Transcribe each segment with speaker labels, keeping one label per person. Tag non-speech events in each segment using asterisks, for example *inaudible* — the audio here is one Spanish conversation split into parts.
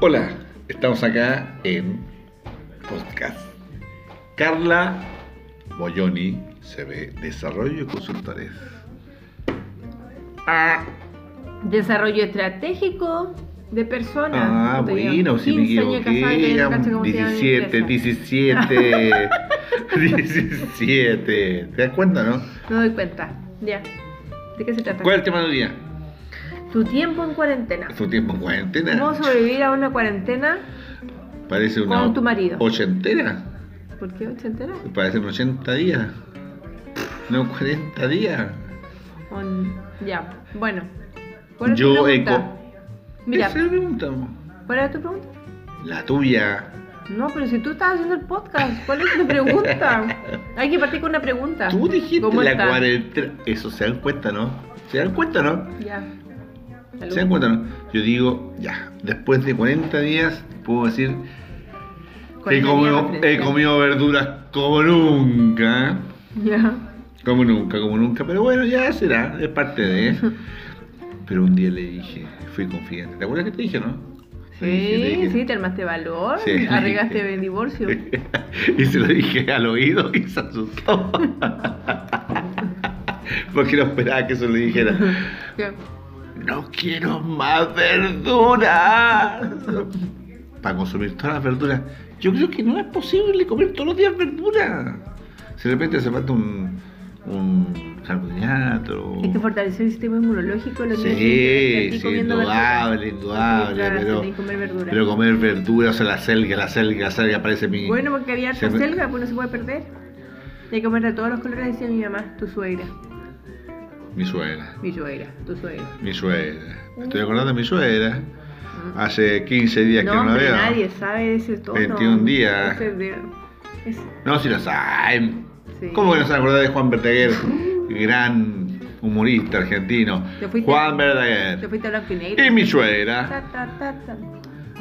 Speaker 1: Hola, estamos acá en podcast. Carla Boyoni se ve Desarrollo y Consultores. Ah,
Speaker 2: Desarrollo estratégico de personas.
Speaker 1: ah,
Speaker 2: Puta, yo
Speaker 1: bueno, si me
Speaker 2: 15 años casada y
Speaker 1: equivoqué.
Speaker 2: todavía no
Speaker 1: ya un
Speaker 2: cacho cómo se llama mi
Speaker 1: 17,
Speaker 2: empresa.
Speaker 1: 17,
Speaker 2: *laughs*
Speaker 1: 17. ¿Te das cuenta, no?
Speaker 2: Me doy cuenta. Ya. ¿De qué se trata?
Speaker 1: ¿Cuál es el tema del día?
Speaker 2: Tu tiempo en cuarentena.
Speaker 1: ¿Tu tiempo en
Speaker 2: ¿Cómo
Speaker 1: cuarentena?
Speaker 2: sobrevivir a una cuarentena?
Speaker 1: Parece una
Speaker 2: con tu marido?
Speaker 1: ochentera.
Speaker 2: ¿Por qué ochentena?
Speaker 1: Parecen 80 días. No, 40 días.
Speaker 2: On- Ya. Bueno. ¿Cuál es tu
Speaker 1: Yo
Speaker 2: pregunta? Mira,
Speaker 1: Esa es la pregunta.
Speaker 2: ¿cuál era tu pregunta?
Speaker 1: La tuya.
Speaker 2: No, pero si tú estás haciendo el podcast, ¿cuál es
Speaker 1: *laughs*
Speaker 2: tu pregunta? Hay que partir con una pregunta.
Speaker 1: Tú dijiste
Speaker 2: Ah, ¿Cómo
Speaker 1: la
Speaker 2: está?
Speaker 1: cuarentena. Eso se dan cuenta, ¿no? ¿Se dan cuenta, no?
Speaker 2: Ya. Salud.
Speaker 1: ¿Se dan cuenta, no? Yo digo, ya, después de 40 días puedo decir
Speaker 2: Con
Speaker 1: que he
Speaker 2: la
Speaker 1: comido,
Speaker 2: línea
Speaker 1: he
Speaker 2: referencial.
Speaker 1: comido verduras como nunca. ¿eh?
Speaker 2: Ya.
Speaker 1: Como nunca, como nunca. Pero bueno, ya será, es parte de.
Speaker 2: *laughs*
Speaker 1: Pero un día le dije, fui confiante. ¿Te acuerdas que te dije, no?
Speaker 2: Sí,
Speaker 1: Le dije- le dije-
Speaker 2: sí, te armaste valor,
Speaker 1: Sí.
Speaker 2: arregaste el divorcio.
Speaker 1: *laughs* y se lo dije al oído y se asustó. *laughs* Porque no esperaba que eso le
Speaker 2: *laughs*
Speaker 1: dijera.
Speaker 2: *laughs* Ya.
Speaker 1: No quiero más verduras. Para consumir todas las verduras. Yo creo que no es posible comer todos los días verduras. Si de repente hace falta un, un carbohidrato.
Speaker 2: Es que fortaleció el sistema inmunológico lo que
Speaker 1: Sí,
Speaker 2: es que
Speaker 1: sí,
Speaker 2: estoy comiendo verduras.
Speaker 1: indudable, indudable,
Speaker 2: Claro,
Speaker 1: pero-
Speaker 2: tenés que comer verduras.
Speaker 1: Pero comer verduras, o sea, la selga, la selga, la selga, parece mi.
Speaker 2: Bueno, porque había harta
Speaker 1: se me-
Speaker 2: selga, pues no se puede perder. Y Hay que comer de todos los colores, decía mi mamá, tu suegra,
Speaker 1: Mi suegra.
Speaker 2: mi suegra, tu suegra.
Speaker 1: Mi suegra. Me estoy acordando de mi suegra. Hace 15 días que no la
Speaker 2: Ah. hombre,
Speaker 1: veo.
Speaker 2: nadie sabe ese tono.
Speaker 1: 21 días.
Speaker 2: Ese de- ese-
Speaker 1: No, si lo saben.
Speaker 2: Sí.
Speaker 1: ¿Cómo que no se acuerdan de Juan Verdaguer? Gran humorista argentino.
Speaker 2: Te fuiste-
Speaker 1: Juan
Speaker 2: Te
Speaker 1: Verdaguer.
Speaker 2: fuiste a blanco y negro.
Speaker 1: Y mi suegra.
Speaker 2: Ta, ta, ta, ta.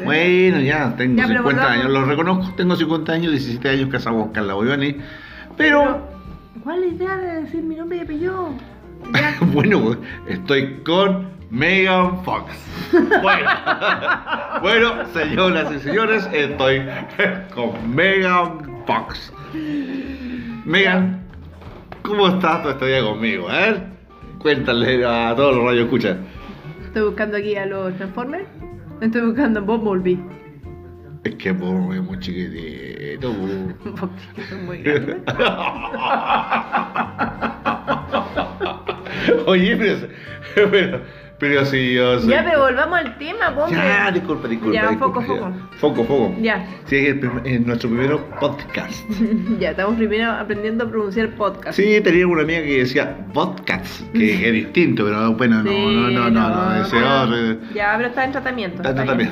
Speaker 1: Bueno, ya tengo
Speaker 2: Ya, pero
Speaker 1: 50
Speaker 2: volvamos.
Speaker 1: años. Lo reconozco, tengo 50 años, 17 años casado con Carla Boyoni. Pero,
Speaker 2: ¿Cuál es la idea de decir mi nombre y apellido? Ya.
Speaker 1: *laughs* bueno, estoy con Megan Fox. Bueno, *laughs* bueno, señoras y señores, estoy con Megan Fox. Megan, ¿cómo estás tu estadía conmigo? eh? Cuéntale a todos los rayos escucha.
Speaker 2: Estoy buscando aquí a los Transformers. Estoy buscando a Bumblebee.
Speaker 1: Es que po, es muy chiquitito. po.
Speaker 2: Porque son muy grandes.
Speaker 1: *laughs* Oye, pero, pero, pero si yo soy...
Speaker 2: ya, pero volvamos al tema, Bombe.
Speaker 1: Ya, disculpa, disculpa.
Speaker 2: Ya,
Speaker 1: disculpa,
Speaker 2: foco,
Speaker 1: ya. Foco, foco.
Speaker 2: Ya.
Speaker 1: Sí, es, el prim- es nuestro primero podcast.
Speaker 2: *laughs* ya, estamos primero aprendiendo a pronunciar podcast.
Speaker 1: Sí, tenía una amiga que decía podcast, que,
Speaker 2: *laughs*
Speaker 1: que es distinto, pero bueno, no,
Speaker 2: Sí,
Speaker 1: no, no, no, no, ese
Speaker 2: pero-
Speaker 1: otro. eh,
Speaker 2: Ya, pero está en tratamiento.
Speaker 1: Tanto también.
Speaker 2: bien.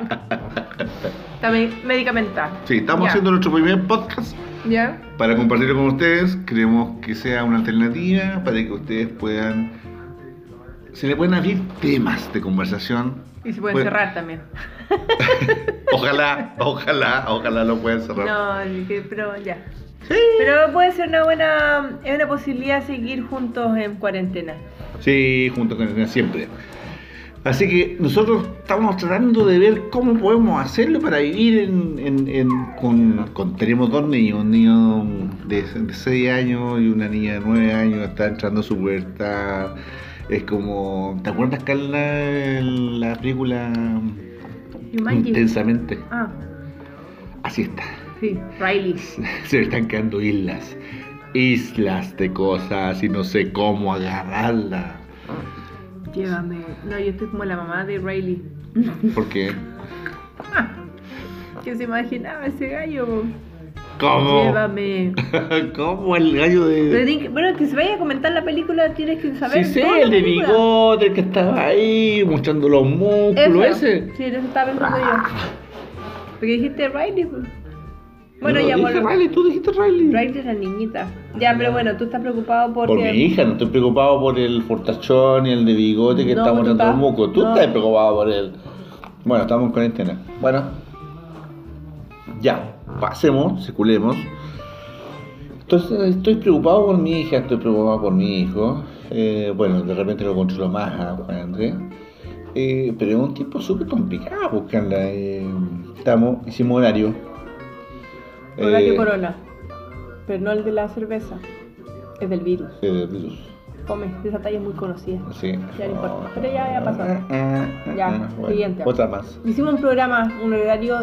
Speaker 1: *laughs*
Speaker 2: Está me- medicamentada.
Speaker 1: Sí, estamos
Speaker 2: Ya.
Speaker 1: haciendo nuestro primer podcast
Speaker 2: Ya.
Speaker 1: para compartirlo con ustedes. Creemos que sea una alternativa para que ustedes puedan. Se le pueden abrir temas de conversación.
Speaker 2: Y se pueden
Speaker 1: Bueno,
Speaker 2: cerrar también.
Speaker 1: Ojalá, ojalá, ojalá lo puedan cerrar.
Speaker 2: No, el que- pero ya.
Speaker 1: Sí.
Speaker 2: Pero puede ser una buena. Es una posibilidad seguir juntos en cuarentena.
Speaker 1: Sí, junto con Elena siempre. Así que nosotros estamos tratando de ver cómo podemos hacerlo para vivir en, en- en- con, con- Tenemos dos niños, un niño de, 6 años y una niña de 9 años, está entrando a su pubertad. Es como... ¿Te acuerdas, Carla, la película
Speaker 2: Yumanji.
Speaker 1: Intensamente?
Speaker 2: Ah,
Speaker 1: Así está. *laughs*
Speaker 2: sí, Riley.
Speaker 1: Se me están quedando islas. Islas de cosas y no sé cómo agarrarlas.
Speaker 2: Llévame. No, yo estoy como la mamá de Riley. *laughs* Ah,
Speaker 1: Porque...
Speaker 2: que se imaginaba ese gallo?
Speaker 1: ¿Cómo?
Speaker 2: Llévame.
Speaker 1: *laughs* ¿Cómo el gallo
Speaker 2: Pero
Speaker 1: de.?
Speaker 2: di- Bueno, que se vaya a comentar la película, tienes que saber.
Speaker 1: Sí, sí,
Speaker 2: toda la
Speaker 1: el de
Speaker 2: película.
Speaker 1: bigote, el que estaba ahí mostrando los músculos,
Speaker 2: Eso.
Speaker 1: ese.
Speaker 2: Sí, en eso estaba pensando yo. Porque dijiste Riley. pues. Bueno,
Speaker 1: Yo
Speaker 2: ya
Speaker 1: dije
Speaker 2: volvemos.
Speaker 1: Riley, tú dijiste Riley.
Speaker 2: Riley es la niñita. Ya, pero bueno, tú estás preocupado porque.
Speaker 1: Por mi hija, no estoy preocupado por el fortachón y el de bigote que
Speaker 2: No,
Speaker 1: está
Speaker 2: tú
Speaker 1: mostrando los
Speaker 2: estás-
Speaker 1: músculos. Tú
Speaker 2: no.
Speaker 1: estás preocupado por él. Bueno, estamos en cuarentena. Bueno, ya, pasemos, circulemos. Entonces, estoy preocupado por mi hija, estoy preocupado por mi hijo. Eh, bueno, de repente lo controlo más a Juan Andrés. ah, eh, pero es un tiempo súper complicado buscarla. eh, estamos, hicimos horario.
Speaker 2: Horario
Speaker 1: Eh,
Speaker 2: corona. Pero no el de la cerveza. Es del virus.
Speaker 1: eh, virus.
Speaker 2: Come, esa talla es muy conocida.
Speaker 1: Sí.
Speaker 2: Ya no importa, pero ya- ya pasó.
Speaker 1: Ah, ah, ah,
Speaker 2: Ya,
Speaker 1: ah, bueno,
Speaker 2: siguiente.
Speaker 1: Otra más.
Speaker 2: Hicimos un programa, un horario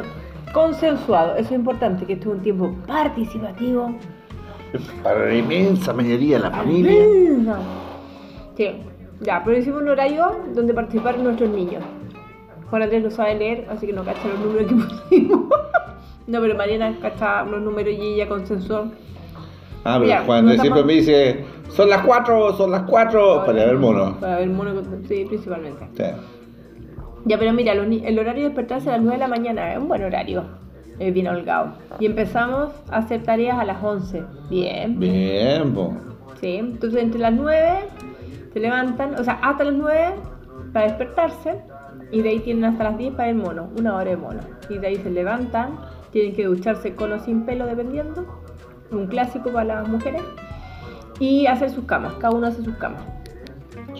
Speaker 2: consensuado. Eso es importante, que estuvo un tiempo participativo.
Speaker 1: Para la inmensa mayoría de la familia.
Speaker 2: Inmenso. Sí, ya, pero hicimos un horario donde participaron nuestros niños. Juan Andrés no sabe leer, así que no cacha los números que pusimos. *laughs* No, pero Mariana cacha los números y ella consensuó.
Speaker 1: Ah, pero
Speaker 2: Ya,
Speaker 1: Juan
Speaker 2: no
Speaker 1: de
Speaker 2: está
Speaker 1: siempre
Speaker 2: mal.
Speaker 1: me dice, son las cuatro, son las cuatro, Oh, para ver mono.
Speaker 2: Para ver mono, sí, principalmente.
Speaker 1: Sí.
Speaker 2: Ya, pero mira, los ni- el horario de despertarse a las 9 de la mañana es un buen horario. Es bien holgado. Y empezamos a hacer tareas a las 11. Bien.
Speaker 1: Bien, po.
Speaker 2: Sí, entonces entre las 9 se levantan, o sea, hasta las 9 para despertarse y de ahí tienen hasta las 10 para el mono, una hora de mono. Y de ahí se levantan, tienen que ducharse con o sin pelo dependiendo, un clásico para las mujeres, y hacer sus camas, cada uno hace sus camas,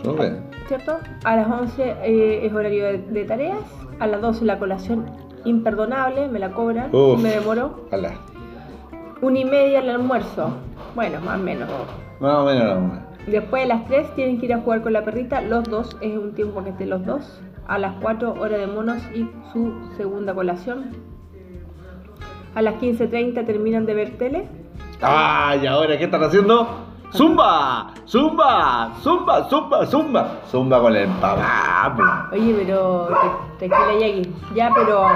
Speaker 1: Súper.
Speaker 2: ¿cierto? A las 11 eh, es horario de, de tareas, a las 12 la colación imperdonable, me la cobran,
Speaker 1: Uf.
Speaker 2: me demoró,
Speaker 1: Alá.
Speaker 2: una y media el almuerzo, bueno, más o menos.
Speaker 1: Más o menos la una.
Speaker 2: Después de las 3 tienen que ir a jugar con la perrita, los dos, es un tiempo que estén los dos. A las 4 hora de monos y su segunda colación. A las 15.30 terminan de ver tele.
Speaker 1: ¡Ay, ahora qué están haciendo! ¡Zumba! ¡Zumba! ¡Zumba! ¡Zumba! ¡Zumba! ¡Zumba con el papá!
Speaker 2: Oye, pero tra- tranquila Jackie, ya pero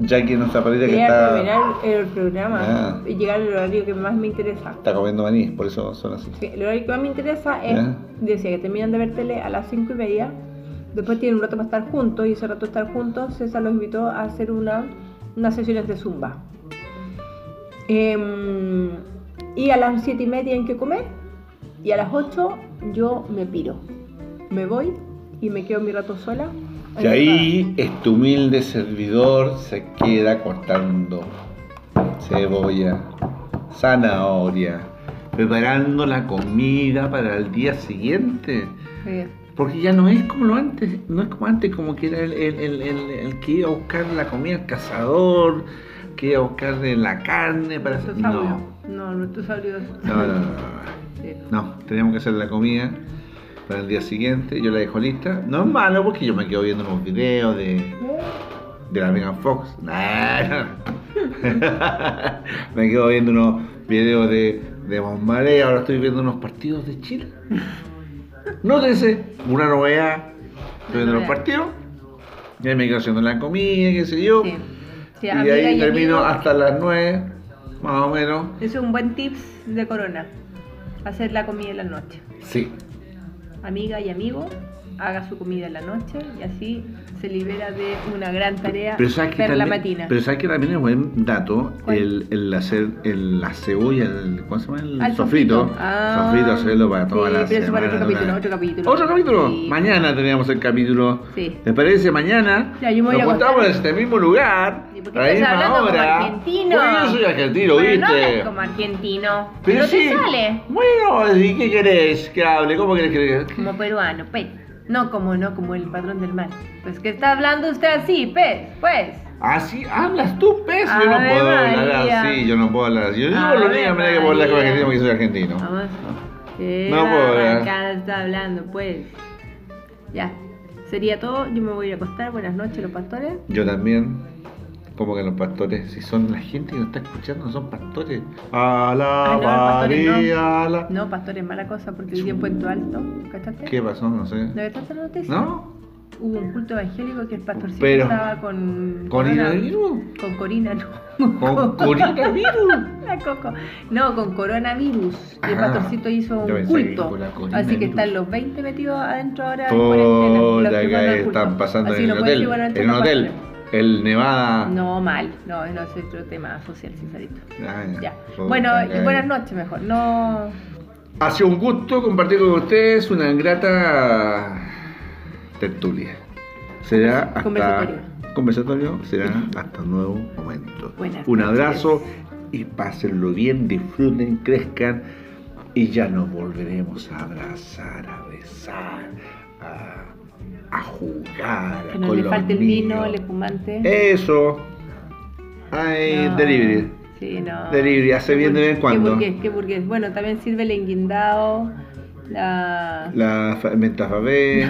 Speaker 1: Jackie, nuestra perrita que
Speaker 2: quería
Speaker 1: está,
Speaker 2: terminar el programa
Speaker 1: Ah.
Speaker 2: y llegar al horario que más me interesa.
Speaker 1: está comiendo maní, por eso son así.
Speaker 2: Sí, el horario que más me interesa es,
Speaker 1: Ya.
Speaker 2: decía, que terminan de ver tele a las 5 y media, después tienen un rato para estar juntos, y ese rato de estar juntos, César los invitó a hacer una, unas sesiones de zumba. Em, y a las 7 y media tienen que comer, y a las 8 yo me piro, me voy y me quedo mi rato sola.
Speaker 1: Y ahí este humilde servidor se queda cortando cebolla, zanahoria, preparando la comida para el día siguiente.
Speaker 2: Sí.
Speaker 1: Porque ya no es como lo antes, no es como antes, como que era el, el- el- el- el que iba a buscar la comida, el cazador, que iba a buscar de la carne para hacer.
Speaker 2: Dinosaurio.
Speaker 1: No,
Speaker 2: No, no, tú sabrías.
Speaker 1: no, no, no, no.
Speaker 2: Sí.
Speaker 1: No, teníamos que hacer la comida para el día siguiente. Yo la dejo lista. No es malo porque yo me quedo viendo unos videos de, de la Megan Fox. Nah. *laughs* me quedo viendo unos videos de, de Bombaré. Ahora estoy viendo unos partidos de Chile. No te sé, una novedad. Estoy viendo los
Speaker 2: Novedad.
Speaker 1: partidos. Y ahí me quedo haciendo la comida, qué sé yo.
Speaker 2: Sí. Sí,
Speaker 1: y
Speaker 2: amiga
Speaker 1: ahí
Speaker 2: y
Speaker 1: termino
Speaker 2: amigo.
Speaker 1: hasta las 9, más o menos.
Speaker 2: Ese es un buen tips de corona. Hacer la comida en la noche.
Speaker 1: Sí,
Speaker 2: Amiga y amigo, haga su comida en la noche y así se libera de una gran tarea
Speaker 1: Pero sabes que
Speaker 2: per la
Speaker 1: también-
Speaker 2: matina.
Speaker 1: Pero sabes que también es buen dato
Speaker 2: ¿Cuál?
Speaker 1: el, el hacer el, la cebolla, el, ¿cómo se llama? El
Speaker 2: Al
Speaker 1: sofrito.
Speaker 2: Ah,
Speaker 1: sofrito, hacerlo para toda
Speaker 2: sí,
Speaker 1: la
Speaker 2: pero eso para otro
Speaker 1: semana,
Speaker 2: capítulo,
Speaker 1: una-
Speaker 2: otro capítulo.
Speaker 1: ¿Otro capítulo?
Speaker 2: Sí.
Speaker 1: Mañana teníamos el capítulo.
Speaker 2: Sí.
Speaker 1: ¿Te parece? Mañana
Speaker 2: Ya, yo me voy
Speaker 1: nos
Speaker 2: a acostar.
Speaker 1: juntamos en este mismo lugar,
Speaker 2: ¿Y por qué
Speaker 1: a la
Speaker 2: estás
Speaker 1: misma
Speaker 2: hablando como
Speaker 1: hora.
Speaker 2: argentino?
Speaker 1: Porque yo soy argentino,
Speaker 2: Pero no
Speaker 1: ¿viste?
Speaker 2: hablas como argentino.
Speaker 1: Pero
Speaker 2: no
Speaker 1: sí.
Speaker 2: te sale.
Speaker 1: Bueno, ¿y qué querés que hable? ¿Cómo querés que
Speaker 2: Como peruano, pues. No como no, como el patrón del mar. Pues que está hablando usted así, pues, pues.
Speaker 1: Así Ah, hablas tú, pez. Yo no
Speaker 2: Ave
Speaker 1: puedo hablar
Speaker 2: María.
Speaker 1: así, yo no puedo hablar así. Yo digo
Speaker 2: Ave
Speaker 1: lo única manera que puedo hablar con
Speaker 2: María.
Speaker 1: argentino porque soy argentino.
Speaker 2: Vamos. Eh,
Speaker 1: No puedo hablar.
Speaker 2: acá está hablando, pues. Ya. Sería todo. Yo me voy a ir a acostar. Buenas noches, los pastores.
Speaker 1: Yo también. Como que los pastores, si son la gente que nos está escuchando, no son pastores. A la
Speaker 2: Ah, no, pastores no.
Speaker 1: María, a la-
Speaker 2: No, pastores, mala cosa, porque el tiempo en tu alto. ¿Cachaste?
Speaker 1: ¿Qué pasó? No
Speaker 2: ¿No
Speaker 1: sé.
Speaker 2: cachaste la noticia?
Speaker 1: ¿No?
Speaker 2: Hubo un culto evangélico que el pastorcito
Speaker 1: Pero-
Speaker 2: estaba con.
Speaker 1: ¿Coronavirus?
Speaker 2: Con Corina, *laughs* no.
Speaker 1: ¿Con coronavirus?
Speaker 2: *laughs* La Coco. No, con coronavirus. Y el
Speaker 1: Ah,
Speaker 2: pastorcito hizo
Speaker 1: yo
Speaker 2: un
Speaker 1: pensé que
Speaker 2: culto.
Speaker 1: con la corina
Speaker 2: Así que
Speaker 1: virus.
Speaker 2: están los 20 metidos adentro ahora en cuarentena. los
Speaker 1: Puta,
Speaker 2: que van al
Speaker 1: que
Speaker 2: culto.
Speaker 1: están pasando
Speaker 2: Así
Speaker 1: en
Speaker 2: no
Speaker 1: el
Speaker 2: pueden
Speaker 1: hotel.
Speaker 2: llevar adentro
Speaker 1: En un
Speaker 2: los
Speaker 1: hotel. Ah.
Speaker 2: pastores.
Speaker 1: El Nevada.
Speaker 2: No, mal. No, no es otro tema social, sincerito.
Speaker 1: Ay,
Speaker 2: Ya.
Speaker 1: puta,
Speaker 2: Bueno, y
Speaker 1: que-
Speaker 2: buenas noches mejor. No.
Speaker 1: Ha sido un gusto compartir con ustedes una grata tertulia. Será hasta
Speaker 2: Conversatorio.
Speaker 1: conversatorio, será hasta un nuevo momento.
Speaker 2: Buenas
Speaker 1: un
Speaker 2: noches.
Speaker 1: abrazo y pásenlo bien, disfruten, crezcan y ya nos volveremos a abrazar, a besar, a a jugar.
Speaker 2: Que no
Speaker 1: con
Speaker 2: le
Speaker 1: los
Speaker 2: falte el vino,
Speaker 1: niños.
Speaker 2: el espumante.
Speaker 1: Eso. Ay,
Speaker 2: No.
Speaker 1: eh, delivery.
Speaker 2: Sí, no.
Speaker 1: Delivery, hace
Speaker 2: Qué
Speaker 1: bien de
Speaker 2: bur-
Speaker 1: vez en cuando.
Speaker 2: Qué burgués, qué burgués. Bueno, también sirve el enguindao, la, la,
Speaker 1: La fa- mentafabé,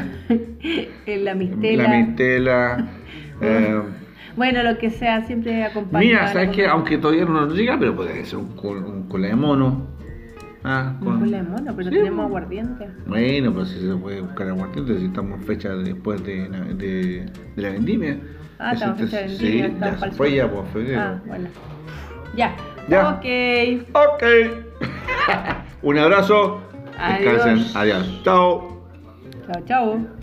Speaker 2: la mistela.
Speaker 1: la
Speaker 2: *laughs*
Speaker 1: mistela. eh,
Speaker 2: bueno, lo que sea, siempre acompaña.
Speaker 1: mira,
Speaker 2: la
Speaker 1: sabes que
Speaker 2: comida.
Speaker 1: aunque todavía no nos llega, pero podría ser un, col- un cola de mono. Ah,
Speaker 2: No
Speaker 1: con-
Speaker 2: con la de mono, pero
Speaker 1: Sí.
Speaker 2: tenemos aguardiente.
Speaker 1: Bueno, pero si se puede buscar aguardiente, si estamos en fecha después de, la- de, de la vendimia.
Speaker 2: Ah, estamos en fecha de
Speaker 1: Sí,
Speaker 2: vendimia,
Speaker 1: ya
Speaker 2: estamos
Speaker 1: se
Speaker 2: pa'l
Speaker 1: fue
Speaker 2: sur.
Speaker 1: ya por febrero.
Speaker 2: Ah, bueno. Ya.
Speaker 1: Ya.
Speaker 2: Ok.
Speaker 1: Ok. *laughs* Un abrazo.
Speaker 2: Adiós.
Speaker 1: Descansen. Adiós. Chao.
Speaker 2: Chao, chao.